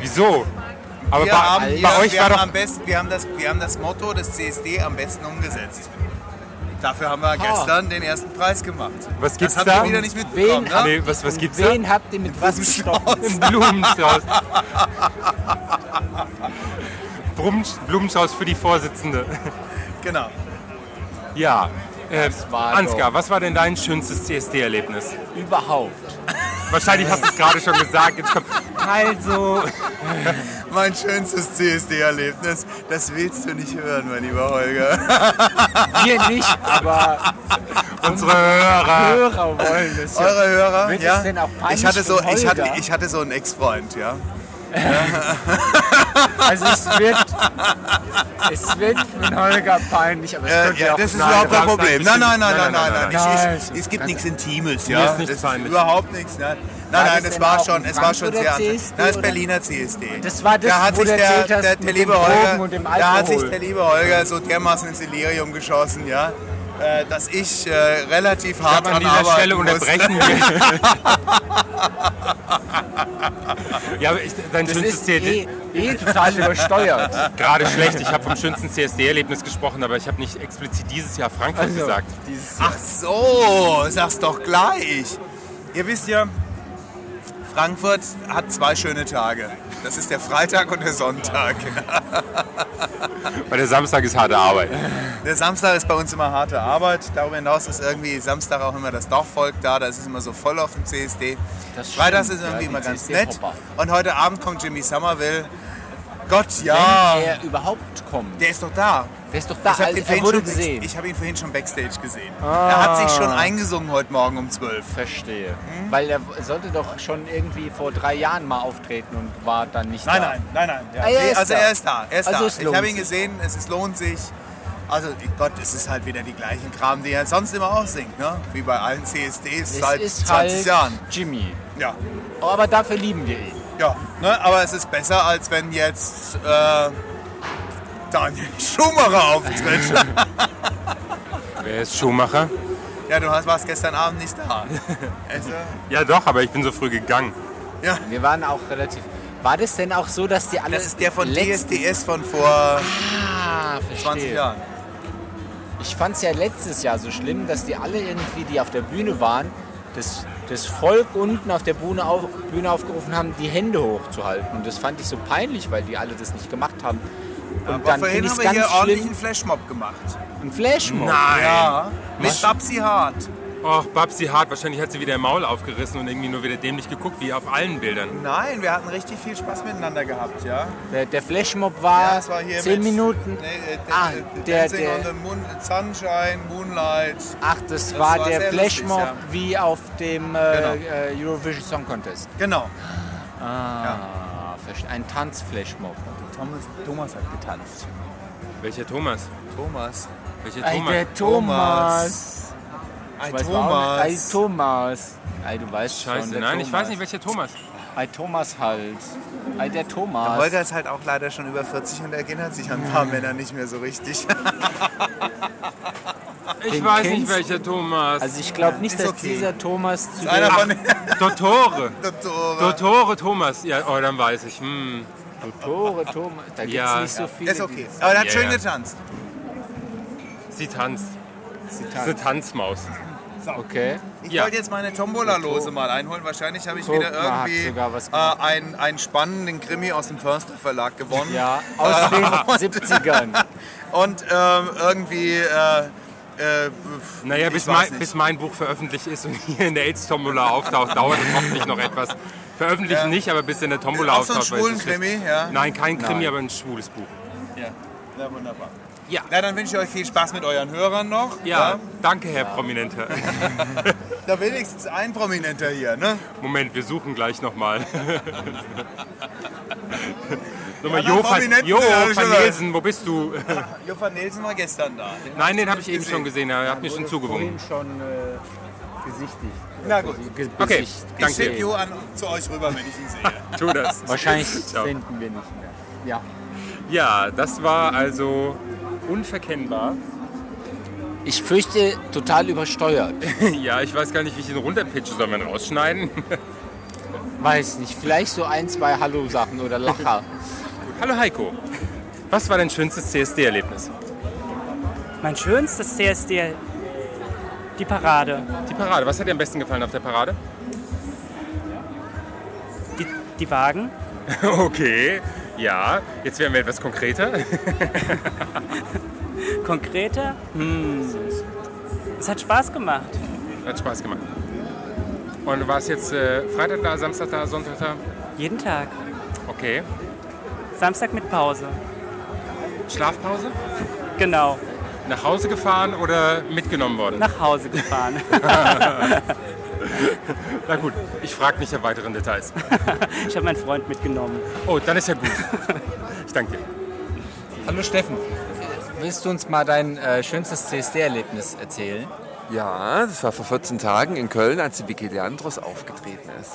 Speaker 2: Wieso? Aber
Speaker 1: Wir
Speaker 2: bei,
Speaker 1: haben,
Speaker 2: bei
Speaker 1: wir,
Speaker 2: euch
Speaker 1: wir
Speaker 2: war
Speaker 1: haben
Speaker 2: doch.
Speaker 1: am besten, wir haben, das, wir haben das Motto des CSD am besten umgesetzt. Dafür haben wir gestern den ersten Preis gemacht.
Speaker 2: Was gibt's
Speaker 1: das habt
Speaker 2: da?
Speaker 1: ihr wieder nicht mitbekommen,
Speaker 3: habt-
Speaker 1: ne?
Speaker 2: Nee, was, was gibt's da?
Speaker 3: Wen habt ihr mit was gestoppt?
Speaker 2: Ein Blumenstrauß. Brum- Blumenstrauß für die Vorsitzende.
Speaker 1: Genau.
Speaker 2: Ja. Äh,
Speaker 3: war
Speaker 2: Ansgar, was war denn dein schönstes CSD-Erlebnis?
Speaker 3: Überhaupt.
Speaker 2: Wahrscheinlich hast du es gerade schon gesagt. Jetzt kommt, also,
Speaker 1: Mein schönstes CSD-Erlebnis, das willst du nicht hören, mein lieber Holger.
Speaker 3: Wir nicht, aber
Speaker 2: unsere
Speaker 3: Ah.
Speaker 2: Hörer.
Speaker 3: Hörer wollen es. ja.
Speaker 1: Eure Hörer,
Speaker 3: Wird es
Speaker 1: ja?
Speaker 3: denn auch peinlich
Speaker 1: ich hatte so,
Speaker 3: für
Speaker 1: ich hatte,
Speaker 3: Holger?
Speaker 1: ich hatte so einen Ex-Freund, ja.
Speaker 3: Also es wird, es wird für Holger peinlich, aber es
Speaker 1: Äh,
Speaker 3: könnte
Speaker 1: ja,
Speaker 3: auch
Speaker 1: das ist
Speaker 2: nein,
Speaker 1: überhaupt kein
Speaker 2: nein,
Speaker 1: Problem. Nein,
Speaker 2: nein,
Speaker 1: nein,
Speaker 2: nein,
Speaker 1: nein, nein, nein,
Speaker 2: nein,
Speaker 1: nein.
Speaker 3: nein.
Speaker 1: Ich, ich, es gibt nichts Intimes,
Speaker 2: Mir
Speaker 1: ja.
Speaker 2: ist nichts
Speaker 1: das ist
Speaker 2: peinlich.
Speaker 1: überhaupt nichts. ne? Nein,
Speaker 3: das
Speaker 1: nein, nein, das
Speaker 3: denn
Speaker 1: war
Speaker 3: auch
Speaker 1: schon,
Speaker 3: ein
Speaker 1: es war schon
Speaker 3: Frankfurter
Speaker 1: sehr
Speaker 3: CSD
Speaker 1: Das ist
Speaker 3: oder?
Speaker 1: Berliner CSD.
Speaker 3: Das war das,
Speaker 1: da hat
Speaker 3: wo
Speaker 1: sich
Speaker 3: du
Speaker 1: der,
Speaker 3: erzählt hast mit
Speaker 1: der, der
Speaker 3: den
Speaker 1: liebe
Speaker 3: Drogen
Speaker 1: Holger,
Speaker 3: und dem
Speaker 1: da hat sich
Speaker 3: Alkohol.
Speaker 1: der liebe Holger so dermaßen ins Delirium geschossen, ja, äh, dass ich äh, relativ hart
Speaker 2: an
Speaker 1: dran
Speaker 2: dieser
Speaker 1: arbeiten
Speaker 2: Stelle
Speaker 1: musste.
Speaker 2: unterbrechen wir. ja, aber ich, dein
Speaker 3: Das
Speaker 2: schönstes
Speaker 3: ist
Speaker 2: CSD.
Speaker 3: eh, eh total übersteuert.
Speaker 2: Gerade schlecht, ich habe vom schönsten CSD-Erlebnis gesprochen, aber ich habe nicht explizit dieses Jahr Frankfurt gesagt.
Speaker 3: Also, Dieses
Speaker 1: Ach so, sag's doch gleich. Ihr wisst ja, Frankfurt hat zwei schöne Tage. Das ist der Freitag und der Sonntag.
Speaker 2: Weil der Samstag ist harte Arbeit.
Speaker 1: Der Samstag ist bei uns immer harte Arbeit. Darüber hinaus ist irgendwie Samstag auch immer das Dorfvolk da. Da ist es immer so voll auf dem CSD.
Speaker 3: Das
Speaker 1: Freitags
Speaker 3: stimmt,
Speaker 1: ist
Speaker 3: ja,
Speaker 1: irgendwie
Speaker 3: die
Speaker 1: immer ganz nett.
Speaker 3: CSD-Hopper.
Speaker 1: Und heute Abend kommt Jimmy Somerville. Gott, ja.
Speaker 3: Wenn er überhaupt kommt.
Speaker 1: Der ist doch da.
Speaker 3: Der ist doch da,
Speaker 1: Ich hab
Speaker 3: also,
Speaker 1: den
Speaker 3: er
Speaker 1: vorhin
Speaker 3: wurde
Speaker 1: schon-
Speaker 3: gesehen.
Speaker 1: Ich habe ihn vorhin schon backstage gesehen. Er hat sich schon eingesungen heute Morgen um 12.
Speaker 3: verstehe. Weil er sollte doch schon irgendwie vor drei Jahren mal auftreten und war dann nicht
Speaker 1: Nein,
Speaker 3: da.
Speaker 1: nein, nein, nein. Ja.
Speaker 3: Ah, er
Speaker 1: Nee,
Speaker 3: ist
Speaker 1: also
Speaker 3: da.
Speaker 1: er ist da. Er ist
Speaker 3: Also
Speaker 1: da.
Speaker 3: es
Speaker 1: ich
Speaker 3: lohnt
Speaker 1: habe ihn
Speaker 3: sich.
Speaker 1: gesehen, es ist, lohnt sich. Also Gott, es ist halt wieder die gleichen Kram, die er sonst immer auch singt, ne? Wie bei allen CSDs
Speaker 3: Es
Speaker 1: seit
Speaker 3: ist
Speaker 1: 20
Speaker 3: halt
Speaker 1: Jahren.
Speaker 3: Jimmy. Oh,
Speaker 1: Ja.
Speaker 3: Aber dafür lieben wir ihn.
Speaker 1: Ja. Ne? Aber es ist besser, als wenn jetzt äh, Daniel Schumacher auftritt.
Speaker 2: Wer ist Schumacher?
Speaker 1: ja, du hast- warst gestern Abend nicht da. Also,
Speaker 2: Ja doch, aber ich bin so früh gegangen.
Speaker 1: ja.
Speaker 3: Wir waren auch relativ. War das denn auch so, dass die alle.
Speaker 1: Das ist der von
Speaker 3: letzt-
Speaker 1: DSDS von vor
Speaker 3: Ah,
Speaker 1: 20
Speaker 3: verstehe.
Speaker 1: Jahren.
Speaker 3: Ich fand es ja letztes Jahr so schlimm, dass die alle irgendwie, die auf der Bühne waren, das, das Volk unten auf der Bühne, auf, Bühne aufgerufen haben, die Hände hochzuhalten. Und das fand ich so peinlich, weil die alle das nicht gemacht haben. Und
Speaker 1: Aber
Speaker 3: dann
Speaker 1: vorhin
Speaker 3: finde ich
Speaker 1: haben
Speaker 3: es
Speaker 1: wir
Speaker 3: ganz
Speaker 1: hier ordentlich
Speaker 3: schlimm.
Speaker 1: einen Flashmob gemacht.
Speaker 3: Ein Flashmob.
Speaker 1: Ja. Mit Babsi Hart.
Speaker 2: Och, Babsi Hart, wahrscheinlich hat sie wieder im Maul aufgerissen und irgendwie nur wieder dämlich geguckt, wie auf allen Bildern.
Speaker 1: Nein, wir hatten richtig viel Spaß miteinander gehabt, ja.
Speaker 3: Der, der Flashmob war,
Speaker 1: es war hier
Speaker 3: 10
Speaker 1: mit-
Speaker 3: Ah, Minuten.
Speaker 1: Nee, äh,
Speaker 3: Ah,
Speaker 1: der,
Speaker 3: der-
Speaker 1: Dancing
Speaker 3: der-
Speaker 1: on the moon, Sunshine, Moonlight.
Speaker 3: Ach, das,
Speaker 1: Das
Speaker 3: war
Speaker 1: war
Speaker 3: der
Speaker 1: sehr lustig,
Speaker 3: Flashmob
Speaker 1: ja.
Speaker 3: wie auf dem äh,
Speaker 1: Genau.
Speaker 3: äh, Eurovision Song Contest.
Speaker 1: Genau.
Speaker 3: Ah, verste- ein Tanz-Flashmob.
Speaker 1: Thomas, Thomas hat getanzt.
Speaker 2: Welcher Thomas?
Speaker 1: Thomas.
Speaker 2: Welcher
Speaker 3: Ey,
Speaker 2: Thomas?
Speaker 3: der Thomas.
Speaker 1: Ein
Speaker 3: Weiß man auch nicht.
Speaker 1: Thomas.
Speaker 3: Ei, Thomas. Ei, du weißt schon.
Speaker 2: Scheiße,
Speaker 3: der
Speaker 2: nein, ich
Speaker 3: Thomas.
Speaker 2: weiß nicht, welcher Thomas.
Speaker 3: Ei, Thomas halt. Ei, der Thomas.
Speaker 1: Holger ist halt auch leider schon über 40 und erinnert sich an ein
Speaker 3: Hm.
Speaker 1: paar Männer nicht mehr so richtig.
Speaker 2: Ich
Speaker 3: Den
Speaker 2: weiß
Speaker 3: kennst
Speaker 2: nicht, welcher Thomas.
Speaker 3: also ich glaube nicht,
Speaker 1: Ist
Speaker 3: dass
Speaker 1: okay.
Speaker 3: dieser Thomas zu
Speaker 1: Einer
Speaker 3: dem...
Speaker 1: von den
Speaker 2: Dottore.
Speaker 1: Doktoren.
Speaker 2: Dottore Thomas. Ja, oh, dann weiß ich. Hm.
Speaker 3: Tore, Thomas. Da gibt es
Speaker 2: Ja.
Speaker 3: nicht so viele.
Speaker 1: Ist okay.
Speaker 3: die-
Speaker 1: Aber er hat
Speaker 2: Ja,
Speaker 1: schön
Speaker 2: ja.
Speaker 1: getanzt.
Speaker 2: Sie tanzt. Das ist eine Tanzmaus.
Speaker 3: Okay.
Speaker 1: Ich
Speaker 2: Ja.
Speaker 1: wollte jetzt meine Tombola-Lose mal einholen. Wahrscheinlich habe ich
Speaker 3: Guck
Speaker 1: wieder
Speaker 3: mal, Oh. hat
Speaker 1: irgendwie
Speaker 3: sogar was
Speaker 1: äh, einen, einen spannenden Krimi aus dem Förster Verlag gewonnen.
Speaker 3: Ja, aus den 70ern.
Speaker 1: Und ähm, irgendwie. Äh, äh, pf,
Speaker 2: Naja,
Speaker 1: ich
Speaker 2: bis
Speaker 1: weiß
Speaker 2: mein,
Speaker 1: nicht.
Speaker 2: bis mein Buch veröffentlicht ist und hier in der AIDS-Tombola auftaucht, dauert es hoffentlich noch etwas. Veröffentlichen
Speaker 1: Ja.
Speaker 2: nicht, aber bis in der Tombola
Speaker 1: Auch so ein
Speaker 2: auftaucht. weiß ich nicht.
Speaker 1: Schwulen-Krimi, ja.
Speaker 2: Nein, kein Krimi,
Speaker 3: Nein.
Speaker 2: aber ein schwules Buch.
Speaker 1: ja. Na, wunderbar.
Speaker 2: Ja.
Speaker 1: Na, dann wünsche ich euch viel Spaß mit euren Hörern noch.
Speaker 2: Ja, danke, Herr Prominenter.
Speaker 1: Da wenigstens ein Prominenter hier, ne?
Speaker 2: Moment, wir suchen gleich nochmal. Nochmal
Speaker 1: Ja,
Speaker 2: Jo
Speaker 1: nach
Speaker 2: van,
Speaker 1: Prominenten
Speaker 2: jo
Speaker 1: sind wir alle
Speaker 2: van
Speaker 1: schon da.
Speaker 2: Nielsen, wo bist du?
Speaker 1: Johann Nielsen war gestern da. Den
Speaker 2: Nein, den
Speaker 1: hast
Speaker 2: habe
Speaker 1: du
Speaker 2: ich
Speaker 1: nicht
Speaker 2: eben schon gesehen, er hat mir schon zugewunken.
Speaker 3: schon äh, besichtigt. Also,
Speaker 1: Na gut.
Speaker 3: Ge-
Speaker 2: Okay,
Speaker 3: besichtigt.
Speaker 1: Ich
Speaker 2: danke.
Speaker 1: schick Jo an, zu euch rüber, wenn ich ihn sehe.
Speaker 2: Tu das.
Speaker 3: Wahrscheinlich
Speaker 2: Ciao.
Speaker 3: finden wir nicht mehr. Ja.
Speaker 2: Ja, das war also unverkennbar.
Speaker 4: Ich fürchte, total übersteuert.
Speaker 2: ja, ich weiß gar nicht, wie ich den runterpitche. Soll man rausschneiden?
Speaker 4: Weiß nicht, vielleicht so ein, zwei Hallo-Sachen oder Lacher.
Speaker 2: Hallo Heiko. Was war dein schönstes CSD-Erlebnis?
Speaker 5: Mein schönstes CSD, die Parade.
Speaker 2: Die Parade. Was hat dir am besten gefallen auf der Parade?
Speaker 5: Die, die Wagen.
Speaker 2: Okay, ja. Jetzt werden wir etwas konkreter.
Speaker 5: Konkreter? Hm. Es hat Spaß gemacht.
Speaker 2: Hat Spaß gemacht. Und du warst jetzt äh, Freitag da, Samstag da, Sonntag da?
Speaker 5: Jeden Tag.
Speaker 2: Okay.
Speaker 5: Samstag mit Pause.
Speaker 2: Schlafpause?
Speaker 5: Genau.
Speaker 2: Nach Hause gefahren oder mitgenommen worden?
Speaker 5: Nach Hause gefahren.
Speaker 2: Na gut, ich frage nicht nach weiteren Details.
Speaker 5: Ich habe meinen Freund mitgenommen.
Speaker 2: Oh, dann ist ja gut. Ich danke dir.
Speaker 3: Hallo Steffen, willst du uns mal dein äh, schönstes CSD-Erlebnis erzählen?
Speaker 1: Ja, das war vor 14 Tagen in Köln, als die Vicky Leandros aufgetreten ist.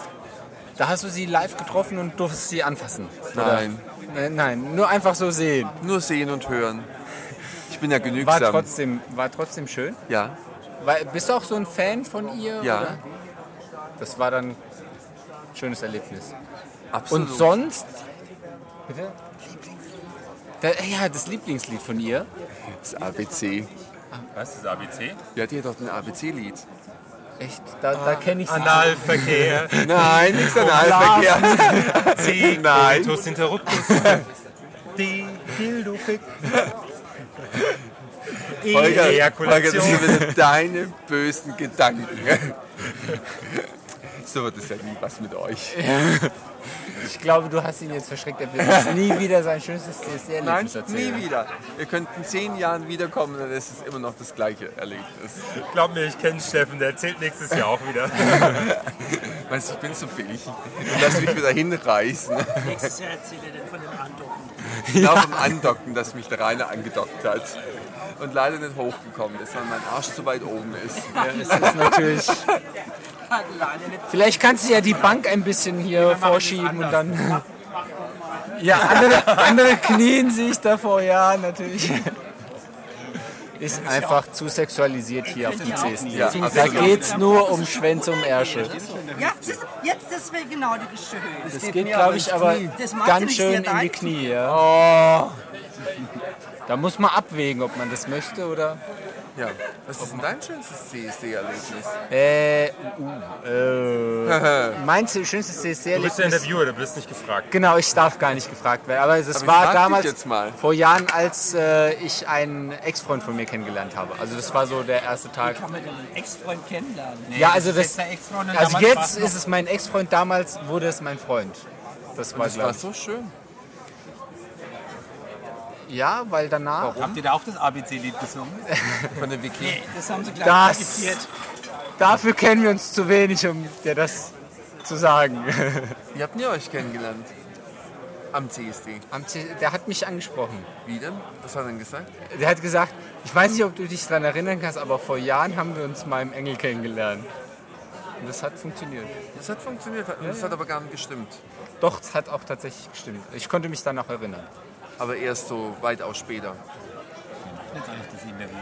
Speaker 3: Da hast du sie live getroffen und durftest sie anfassen.
Speaker 1: Nein,
Speaker 3: Äh, nein, nur einfach so sehen.
Speaker 1: nur sehen und hören. Ich bin ja
Speaker 3: War
Speaker 1: genügsam.
Speaker 3: trotzdem, war trotzdem schön.
Speaker 1: ja,
Speaker 3: War, bist du auch so ein Fan von ihr?
Speaker 1: Ja.
Speaker 3: Oder? Das war dann ein schönes Erlebnis.
Speaker 1: absolut.
Speaker 3: Und sonst? Bitte? Da, ja, das Lieblingslied von ihr.
Speaker 1: das ABC.
Speaker 2: Was ist ABC?
Speaker 1: Ja, die hat doch ein ABC-Lied.
Speaker 3: Echt, da,
Speaker 1: Ah,
Speaker 3: da kenne ich sie.
Speaker 2: Analverkehr.
Speaker 1: Nein, nichts an Analverkehr. Nein.
Speaker 2: Tus interruptus. Die Dildofick.
Speaker 1: Holger, Holger, das
Speaker 2: Ejakulation.
Speaker 1: sind wieder deine bösen Gedanken. So wird es ja nie was mit euch.
Speaker 3: Ich glaube, du hast ihn jetzt verschreckt. Er wird uns nie wieder sein schönstes
Speaker 1: Nein,
Speaker 3: CSD-Erlebnis erzählen.
Speaker 1: nie wieder. Ihr könnt in zehn Jahren wiederkommen, dann ist es immer noch das gleiche Erlebnis.
Speaker 2: Glaub mir, ich kenne Steffen, der erzählt nächstes Jahr auch wieder.
Speaker 1: Meinst du, ich bin so billig? Und lass mich wieder hinreißen.
Speaker 5: Nächstes Jahr erzählt er denn von dem Andocken.
Speaker 1: Genau vom Andocken, dass mich der Rainer angedockt hat. Und leider nicht hochgekommen ist, weil mein Arsch zu weit oben ist.
Speaker 3: Das ist natürlich. Vielleicht kannst du ja die Bank ein bisschen hier vorschieben und dann. Ja, andere, andere knien sich davor, ja, natürlich. Ist einfach zu sexualisiert hier auf dem CSD.
Speaker 1: Ja,
Speaker 3: Da
Speaker 1: absolut.
Speaker 3: geht's nur um Schwänze und Ärsche.
Speaker 6: Ja, siehst du, jetzt, das wäre genau die Geschichte.
Speaker 3: Das geht, glaube ich, aber
Speaker 6: Das macht ja
Speaker 3: ganz
Speaker 6: nichts
Speaker 3: schön
Speaker 6: mehr
Speaker 3: in die
Speaker 6: dein-
Speaker 3: Knie. Ja. Da muss man abwägen, ob man das möchte oder.
Speaker 1: Ja. Was ist denn dein schönstes CSD-Erlebnis?
Speaker 3: Äh, uh, äh. Meinst du, schönstes
Speaker 2: Du bist der
Speaker 3: CSD-Erlebnis?
Speaker 2: Interviewer, du wirst nicht gefragt.
Speaker 3: Genau, ich darf gar nicht gefragt werden. Aber das
Speaker 1: Aber ich frag
Speaker 3: war
Speaker 1: dich
Speaker 3: damals
Speaker 1: jetzt mal.
Speaker 3: vor Jahren, als äh, ich einen Ex-Freund von mir kennengelernt habe. Also das war so der erste Tag.
Speaker 7: Kann man denn einen Ex-Freund kennenlernen?
Speaker 3: ja, also
Speaker 7: das
Speaker 3: das.
Speaker 7: ist jetzt der Ex-Freund und
Speaker 3: Also
Speaker 7: damals war's
Speaker 3: jetzt
Speaker 7: noch-
Speaker 3: ist es mein Ex-Freund. Damals wurde es mein Freund. Das war,
Speaker 1: Das war
Speaker 3: glaub ich.
Speaker 1: so schön.
Speaker 3: Ja, weil danach.
Speaker 7: Habt ihr da auch das ABC-Lied gesungen?
Speaker 1: Von der Wiki.
Speaker 7: Nee, das haben sie gleich
Speaker 3: Das-
Speaker 7: kopiert.
Speaker 3: Dafür kennen wir uns zu wenig, um dir das zu sagen.
Speaker 1: Wie habt ihr euch kennengelernt? Am CSD.
Speaker 3: Am C- Der hat mich angesprochen.
Speaker 1: Wie denn? Was hat er denn gesagt?
Speaker 3: Der hat gesagt, ich weiß nicht, ob du dich daran erinnern kannst, aber vor Jahren haben wir uns mal im Engel kennengelernt. Und das hat funktioniert.
Speaker 1: Das hat funktioniert, das hat aber gar nicht gestimmt.
Speaker 3: Doch, es hat auch tatsächlich gestimmt. Ich konnte mich danach erinnern.
Speaker 1: Aber erst so weitaus später.
Speaker 7: Jetzt eigentlich das Interview.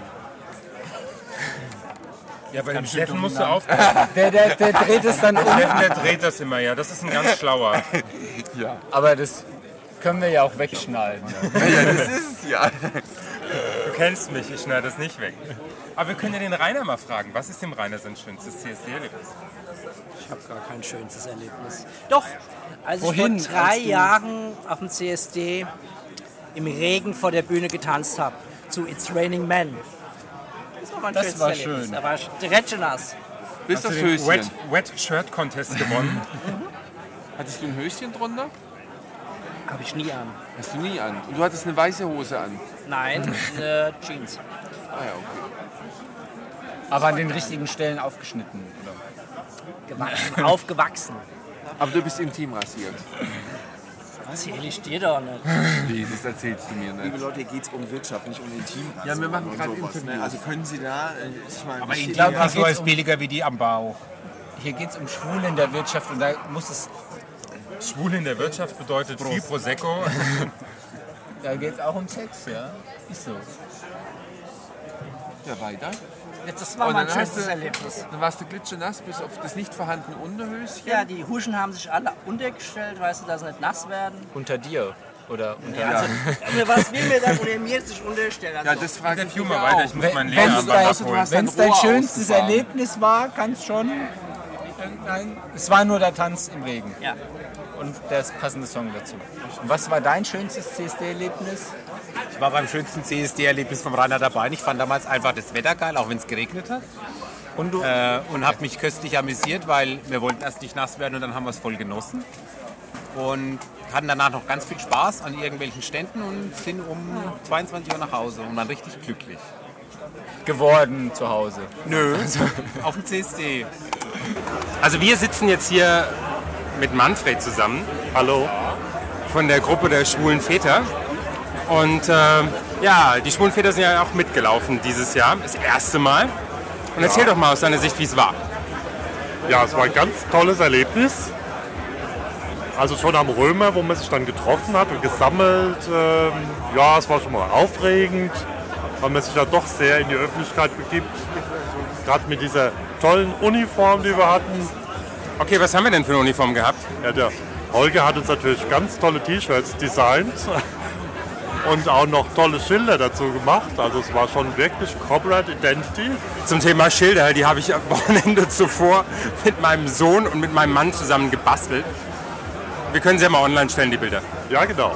Speaker 2: Ja, bei dem Steffen musst du aufpassen.
Speaker 3: Der, der, der dreht es dann um.
Speaker 2: Steffen, der dreht das immer, ja. Das ist ein ganz schlauer.
Speaker 3: Aber das können wir ja auch wegschneiden.
Speaker 1: Ja, das ist es ja.
Speaker 2: Du kennst mich, ich schneide das nicht weg. Aber wir können ja den Rainer mal fragen. Was ist dem Rainer sein schönstes CSD-Erlebnis?
Speaker 7: Ich habe gar kein schönes Erlebnis. Doch,
Speaker 6: Als
Speaker 3: Wohin
Speaker 6: ich vor drei
Speaker 3: kannst du-
Speaker 6: Jahren auf dem CSD im Regen vor der Bühne getanzt habe zu It's Raining Men. Das war mein
Speaker 3: Das
Speaker 6: schönstes
Speaker 3: war
Speaker 6: Erlebnis.
Speaker 3: schön.
Speaker 6: Da war ich direkt schon nass.
Speaker 1: Bis das
Speaker 2: Hast du den Wet,
Speaker 1: Höschen.
Speaker 2: Wet Shirt Contest gewonnen?
Speaker 1: Hattest du ein Höschen drunter?
Speaker 6: Habe ich nie an.
Speaker 1: Hast du nie an. Und du hattest eine weiße Hose an.
Speaker 6: Nein, eine Jeans.
Speaker 1: Ah ja, okay.
Speaker 3: Aber an den richtigen Stellen aufgeschnitten.
Speaker 6: Gewachsen, aufgewachsen.
Speaker 1: Aber du bist intim rasiert.
Speaker 6: Erzähle ich dir doch nicht.
Speaker 1: Nee, das erzählst du mir nicht.
Speaker 8: Liebe Leute, hier geht es um Wirtschaft, nicht um Intimrasse.
Speaker 1: Ja, wir machen
Speaker 8: und
Speaker 1: gerade
Speaker 8: sowas,
Speaker 1: Interviews.
Speaker 8: Ne? Also können Sie da, äh, ich meine, Aber ich
Speaker 3: glaube, hier geht's um,
Speaker 7: billiger wie die am Bauch.
Speaker 3: hier geht's um Schwule in der Wirtschaft und da muss es,
Speaker 2: Schwul in der Wirtschaft bedeutet viel Prosecco.
Speaker 3: da geht's auch um Sex, ja? Ist so.
Speaker 9: ja weiter.
Speaker 6: Das war
Speaker 9: Und
Speaker 6: mein
Speaker 9: dann hast
Speaker 6: schönstes
Speaker 9: du-
Speaker 6: Erlebnis.
Speaker 9: Dann warst du glitschenass bis auf das nicht vorhandene Unterhöschen.
Speaker 6: Ja, die Huschen haben sich alle untergestellt, weißt du, dass sie nicht nass werden.
Speaker 10: Unter dir. Oder unter
Speaker 6: Ja. Also, also was will mir dann oder mir sich unterstellen? Also,
Speaker 9: Ja, das frage ich
Speaker 2: Interview
Speaker 9: mich
Speaker 2: mal
Speaker 9: auch.
Speaker 2: weiter, ich muss meinen
Speaker 10: wenn's
Speaker 2: Lehrer
Speaker 10: da ist,
Speaker 2: was
Speaker 9: du
Speaker 2: abholen.
Speaker 9: hast-
Speaker 10: Wenn es dein
Speaker 9: Rohr
Speaker 10: schönstes
Speaker 9: ausgefahren.
Speaker 10: Erlebnis war, kann es schon. irgendein- Es war nur der Tanz im Regen.
Speaker 6: Ja.
Speaker 10: Und das passende Song dazu. Und was war dein schönstes CSD-Erlebnis?
Speaker 11: Ich war beim schönsten CSD-Erlebnis vom Rainer dabei. Ich fand damals einfach das Wetter geil, auch wenn es geregnet hat.
Speaker 10: Und du?
Speaker 11: Äh, und habe mich köstlich amüsiert, weil wir wollten erst nicht nass werden und dann haben wir es voll genossen. Und hatten danach noch ganz viel Spaß an irgendwelchen Ständen und sind um 22 Uhr nach Hause und waren richtig glücklich.
Speaker 10: Geworden zu Hause.
Speaker 11: Nö, auf dem CSD.
Speaker 2: Also wir sitzen jetzt hier mit Manfred zusammen. Hallo. Von der Gruppe der schwulen Väter. Und äh, ja, die schwulen Väter sind ja auch mitgelaufen dieses Jahr, das erste Mal. Und erzähl doch mal aus deiner Sicht, wie es war.
Speaker 12: Ja, es war ein ganz tolles Erlebnis. Also schon am Römer, wo man sich dann getroffen hat und gesammelt. Ähm, ja, es war schon mal aufregend, weil man sich ja doch sehr in die Öffentlichkeit begibt. Gerade mit dieser tollen Uniform, die wir hatten.
Speaker 2: Okay, was haben wir denn für eine Uniform gehabt?
Speaker 12: Ja, der Holger hat uns natürlich ganz tolle T-Shirts designt und auch noch tolle Schilder dazu gemacht. Also es war schon wirklich Corporate Identity.
Speaker 2: Zum Thema Schilder, die habe ich am Wochenende zuvor mit meinem Sohn und mit meinem Mann zusammen gebastelt. Wir können sie ja mal online stellen, die Bilder.
Speaker 12: Ja, genau.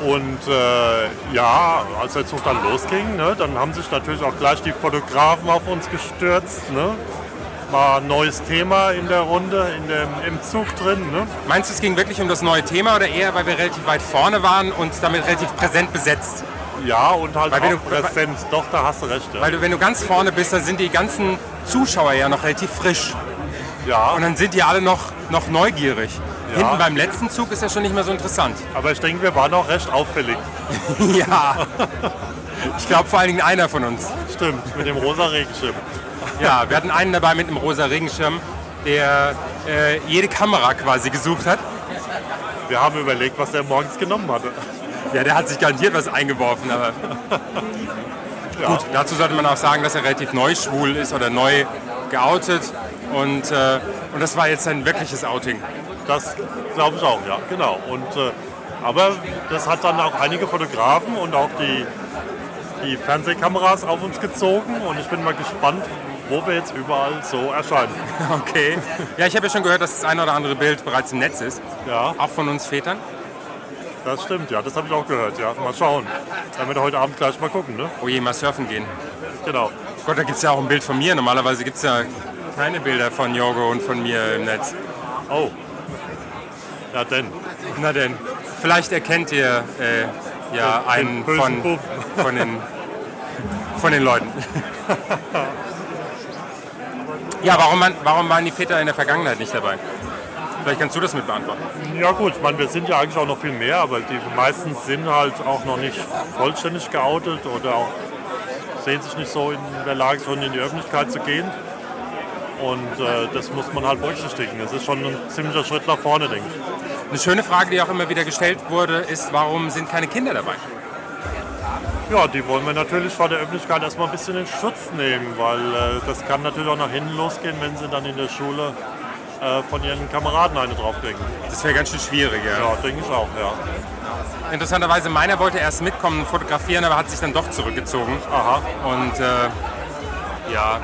Speaker 12: Und äh, ja, als der Zug dann losging, ne, dann haben sich natürlich auch gleich die Fotografen auf uns gestürzt. Ne? War ein neues Thema in der Runde, in dem, im Zug drin. Ne?
Speaker 2: Meinst du, es ging wirklich um das neue Thema oder eher, weil wir relativ weit vorne waren und damit relativ präsent besetzt?
Speaker 12: Ja, und halt
Speaker 2: Weil wenn
Speaker 12: auch
Speaker 2: du-
Speaker 12: präsent. Doch, da hast du recht. Ja.
Speaker 2: Weil du, wenn du ganz vorne bist, dann sind die ganzen Zuschauer ja noch relativ frisch.
Speaker 12: ja,
Speaker 2: Und dann sind die alle noch, noch neugierig.
Speaker 12: Ja.
Speaker 2: Hinten beim letzten Zug ist ja schon nicht mehr so interessant.
Speaker 12: aber ich denke, wir waren auch recht auffällig.
Speaker 2: ja. Ich glaube vor allen Dingen einer von uns.
Speaker 12: Stimmt, mit dem rosa Regenschirm.
Speaker 2: Ja, wir hatten einen dabei mit einem rosa Regenschirm, der äh, jede Kamera quasi gesucht hat.
Speaker 12: Wir haben überlegt, was er morgens genommen hatte.
Speaker 2: Ja, der hat sich garantiert was eingeworfen, aber. Gut, dazu sollte man auch sagen, dass er relativ neu schwul ist oder neu geoutet. Und, äh, und das war jetzt sein wirkliches Outing.
Speaker 12: Das glaube ich auch, ja, genau. Und, äh, aber das hat dann auch einige Fotografen und auch die, die Fernsehkameras auf uns gezogen und ich bin mal gespannt, wo wir jetzt überall so erscheinen.
Speaker 2: Okay. Ja, ich habe ja schon gehört, dass das ein oder andere Bild bereits im Netz ist.
Speaker 12: Ja,
Speaker 2: Auch von uns Vätern.
Speaker 12: das stimmt, ja, das habe ich auch gehört, ja. Mal schauen. Dann werden wir heute Abend gleich mal gucken, ne?
Speaker 2: Oh je, mal surfen gehen.
Speaker 12: Genau.
Speaker 2: Gott, da gibt es ja auch ein Bild von mir. Normalerweise gibt es ja keine Bilder von Jorgo und von mir im Netz.
Speaker 12: Oh. Ja, denn.
Speaker 2: Na denn, vielleicht erkennt ihr äh, ja einen
Speaker 12: bösen
Speaker 2: von,
Speaker 12: Bub.
Speaker 2: von, den, von den Leuten. Ja, warum, waren- warum waren die Väter in der Vergangenheit nicht dabei? Vielleicht kannst du das mit beantworten.
Speaker 12: Ja gut, ich meine, wir sind ja eigentlich auch noch viel mehr, aber die meisten sind halt auch noch nicht vollständig geoutet oder auch sehen sich nicht so in der Lage, schon in die Öffentlichkeit zu gehen. Und äh, das muss man halt berücksichtigen. Es ist schon ein ziemlicher Schritt nach vorne, denke ich.
Speaker 2: Eine schöne Frage, die auch immer wieder gestellt wurde, ist, warum sind keine Kinder dabei?
Speaker 12: Ja, die wollen wir natürlich vor der Öffentlichkeit erstmal ein bisschen in Schutz nehmen, weil äh, das kann natürlich auch nach hinten losgehen, wenn sie dann in der Schule äh, von ihren Kameraden eine drauflegen.
Speaker 2: Das wäre ganz schön schwierig, ja.
Speaker 12: Ja, denke ich auch, ja.
Speaker 2: Interessanterweise, meiner wollte erst mitkommen und fotografieren, aber hat sich dann doch zurückgezogen.
Speaker 12: Aha.
Speaker 2: Und äh, ja,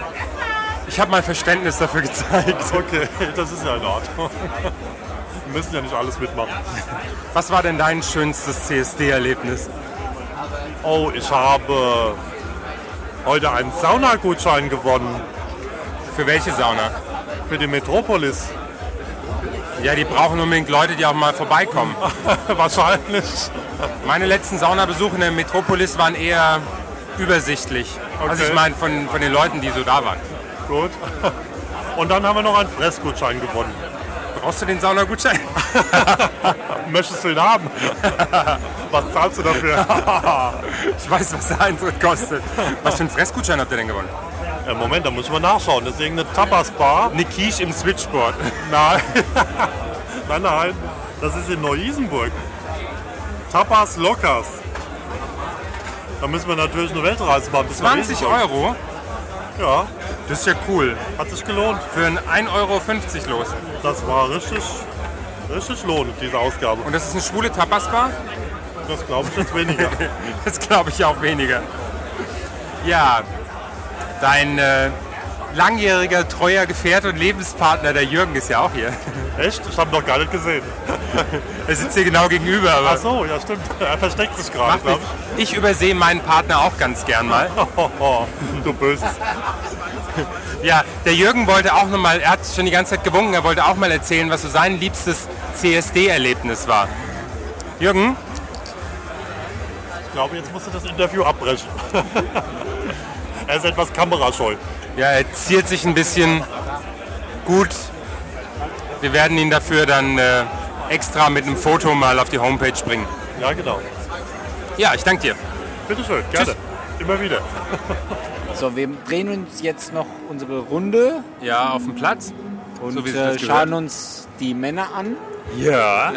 Speaker 2: ich habe mein Verständnis dafür gezeigt.
Speaker 12: Okay, das ist ja in Ordnung. Wir müssen ja nicht alles mitmachen.
Speaker 2: Was war denn dein schönstes CSD-Erlebnis?
Speaker 12: Oh, ich habe heute einen Saunagutschein gewonnen
Speaker 2: Für welche Sauna?
Speaker 12: für die Metropolis.
Speaker 2: Ja, die brauchen unbedingt Leute, die auch mal vorbeikommen.
Speaker 12: Wahrscheinlich.
Speaker 2: Meine letzten Saunabesuche in der Metropolis waren eher übersichtlich. Also
Speaker 12: Okay.
Speaker 2: ich meine von, von den Leuten, die so da waren.
Speaker 12: Gut. Und dann haben wir noch einen Fressgutschein gewonnen.
Speaker 2: Brauchst du den Saunagutschein?
Speaker 12: Möchtest du ihn haben? Was zahlst du dafür?
Speaker 2: Ich weiß, was der Eintritt kostet. Was für einen Fressgutschein habt ihr denn gewonnen?
Speaker 12: Äh, Moment, da muss ich mal nachschauen. Das ist irgendeine Tapas-Bar.
Speaker 2: Eine Quiche im Switchboard.
Speaker 12: Nein. nein, nein. Das ist in Neu-Isenburg. Tapas Lockers. Da müssen wir natürlich eine Weltreise machen. bis nach
Speaker 2: 20
Speaker 12: Regensburg.
Speaker 2: Euro?
Speaker 12: Ja.
Speaker 2: Das ist ja cool.
Speaker 12: Hat sich gelohnt.
Speaker 2: Für ein 1,50 Euro los.
Speaker 12: Das war richtig, richtig lohnend, diese Ausgabe.
Speaker 2: Und das ist eine schwule Tapas-Bar?
Speaker 12: Das glaube ich jetzt weniger.
Speaker 2: das glaube ich auch weniger. Ja, dein äh, langjähriger, treuer Gefährte und Lebenspartner, der Jürgen, ist ja auch hier.
Speaker 12: Echt? Ich habe noch gar nicht gesehen.
Speaker 2: er sitzt hier genau gegenüber. Aber
Speaker 12: Ach so, ja stimmt. Er versteckt sich gerade,
Speaker 2: Macht
Speaker 12: glaube
Speaker 2: nichts. ich übersehe meinen Partner auch ganz gern mal.
Speaker 12: ich. Du böses.
Speaker 2: Ja, der Jürgen wollte auch nochmal, er hat schon die ganze Zeit gewunken, er wollte auch mal erzählen, was so sein liebstes CSD-Erlebnis war. Jürgen,
Speaker 12: Ich glaube, jetzt musst du das Interview abbrechen. er ist etwas kamerascheu.
Speaker 2: ja, er ziert sich ein bisschen gut. Wir werden ihn dafür dann äh, extra mit einem Foto mal auf die Homepage bringen.
Speaker 12: Ja, genau.
Speaker 2: Ja, ich danke dir.
Speaker 12: Bitteschön, gerne. Immer wieder.
Speaker 3: So, wir drehen uns jetzt noch unsere Runde
Speaker 2: Ja, auf dem Platz.
Speaker 3: und
Speaker 2: So wie sich das
Speaker 3: äh, schauen
Speaker 2: gehört.
Speaker 3: uns die Männer an.
Speaker 2: Ja,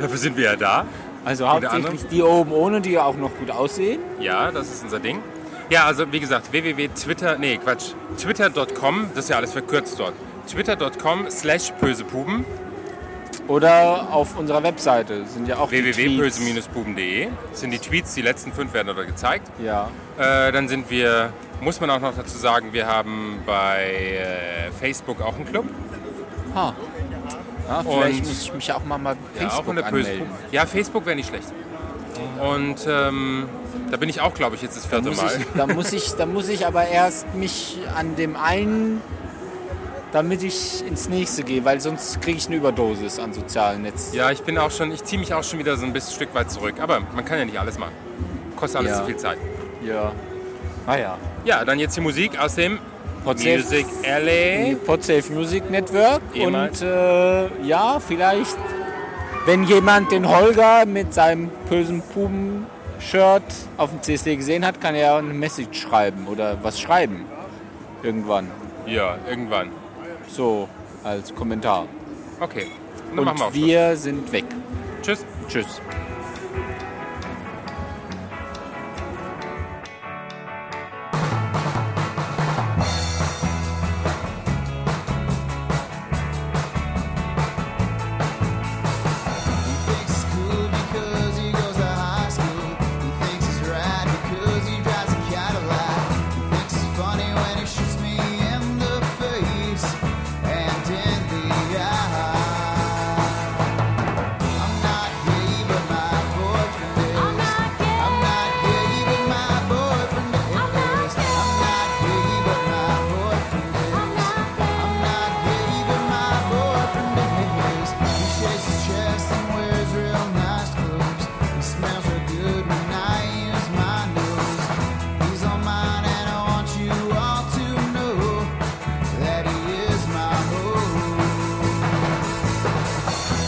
Speaker 2: dafür sind wir ja da.
Speaker 3: Also
Speaker 2: Unter
Speaker 3: hauptsächlich
Speaker 2: anderem.
Speaker 3: die oben ohne, die ja auch noch gut aussehen.
Speaker 2: Ja, das ist unser Ding. Ja, also wie gesagt, www.twitter, nee, Quatsch, twitter.com, das ist ja alles verkürzt dort. twitter.com slash bösepuben,
Speaker 3: Oder auf unserer Webseite sind ja auch die Tweets.
Speaker 2: www.böse-puben.de, das sind die Tweets, die letzten fünf werden dort gezeigt.
Speaker 3: Ja.
Speaker 2: Äh, dann sind wir, muss man auch noch dazu sagen, wir haben bei äh, Facebook auch einen Club.
Speaker 3: Ha. Ja, vielleicht
Speaker 2: Und-
Speaker 3: muss ich mich auch mal mal
Speaker 2: Ja, auch
Speaker 3: Facebook
Speaker 2: in der Böse
Speaker 3: anmelden.
Speaker 2: Puben. Ja, Facebook wäre nicht schlecht. Und ähm, da bin ich auch, glaube ich, jetzt das vierte
Speaker 3: Muss
Speaker 2: Mal.
Speaker 3: ich, da, muss ich, da muss ich aber erst mich an dem einen, damit ich ins nächste gehe, weil sonst kriege ich eine Überdosis an sozialen Netzen.
Speaker 2: Ja, ich bin auch schon, ich ziehe mich auch schon wieder so ein bisschen Stück weit zurück. Aber man kann ja nicht alles machen. Kostet alles
Speaker 3: Ja.
Speaker 2: zu viel Zeit.
Speaker 3: Ja. Naja.
Speaker 2: Ah Ja, dann jetzt die Musik aus dem
Speaker 3: Podsafe-
Speaker 2: Music Alley.
Speaker 3: Podsafe Music Network.
Speaker 2: Ehemals.
Speaker 3: Und äh, ja, vielleicht, wenn jemand den Holger mit seinem bösen Puben-Shirt auf dem CSD gesehen hat, kann er eine Message schreiben oder was schreiben. Irgendwann.
Speaker 2: Ja, irgendwann.
Speaker 3: So, als Kommentar.
Speaker 2: Okay. Dann
Speaker 3: Und
Speaker 2: machen wir auch Schluss.
Speaker 3: wir sind weg.
Speaker 2: Tschüss.
Speaker 3: Tschüss.
Speaker 13: Chest and wears real nice clothes. He smells so good when I use my nose. He's all mine, and I want you all to know that he is my home.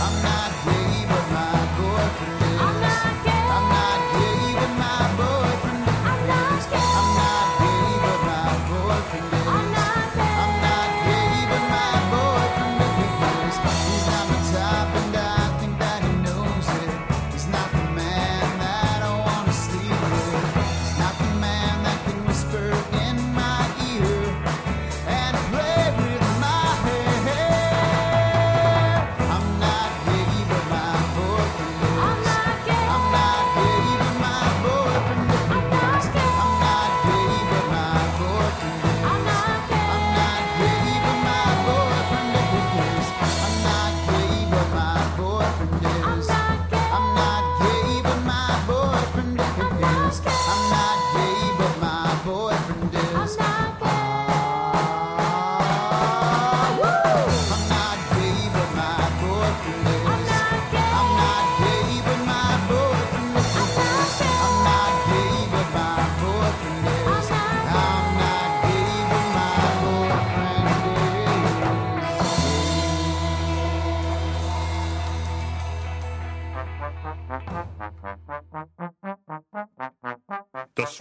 Speaker 13: I'm not gay, but my boyfriend is. I'm not gay. I'm not gay, but my boyfriend is. I'm not gay. I'm not gay, but my boyfriend is. I'm not gay. I'm not gay, but my boyfriend is. He's not my type, and I think that he knows it. He's not the man that I wanna sleep with. He's not the man that can whisper in my ear and play with my hair. I'm not gay, but my boyfriend is. I'm not gay. I'm not gay, but my boyfriend is. I'm not gay. I'm not gay, but my boyfriend is. I'm not gay. I'm not gay, but my boyfriend is. I'm not gay, but my boyfriend is. I'm not gay, but my boyfriend is. I'm not gay, but my boyfriend is. Ah, woo! I'm not gay, but my boyfriend is. I'm not gay, but my boyfriend is. I'm not gay, but my boyfriend is. I'm not gay, but my
Speaker 14: Das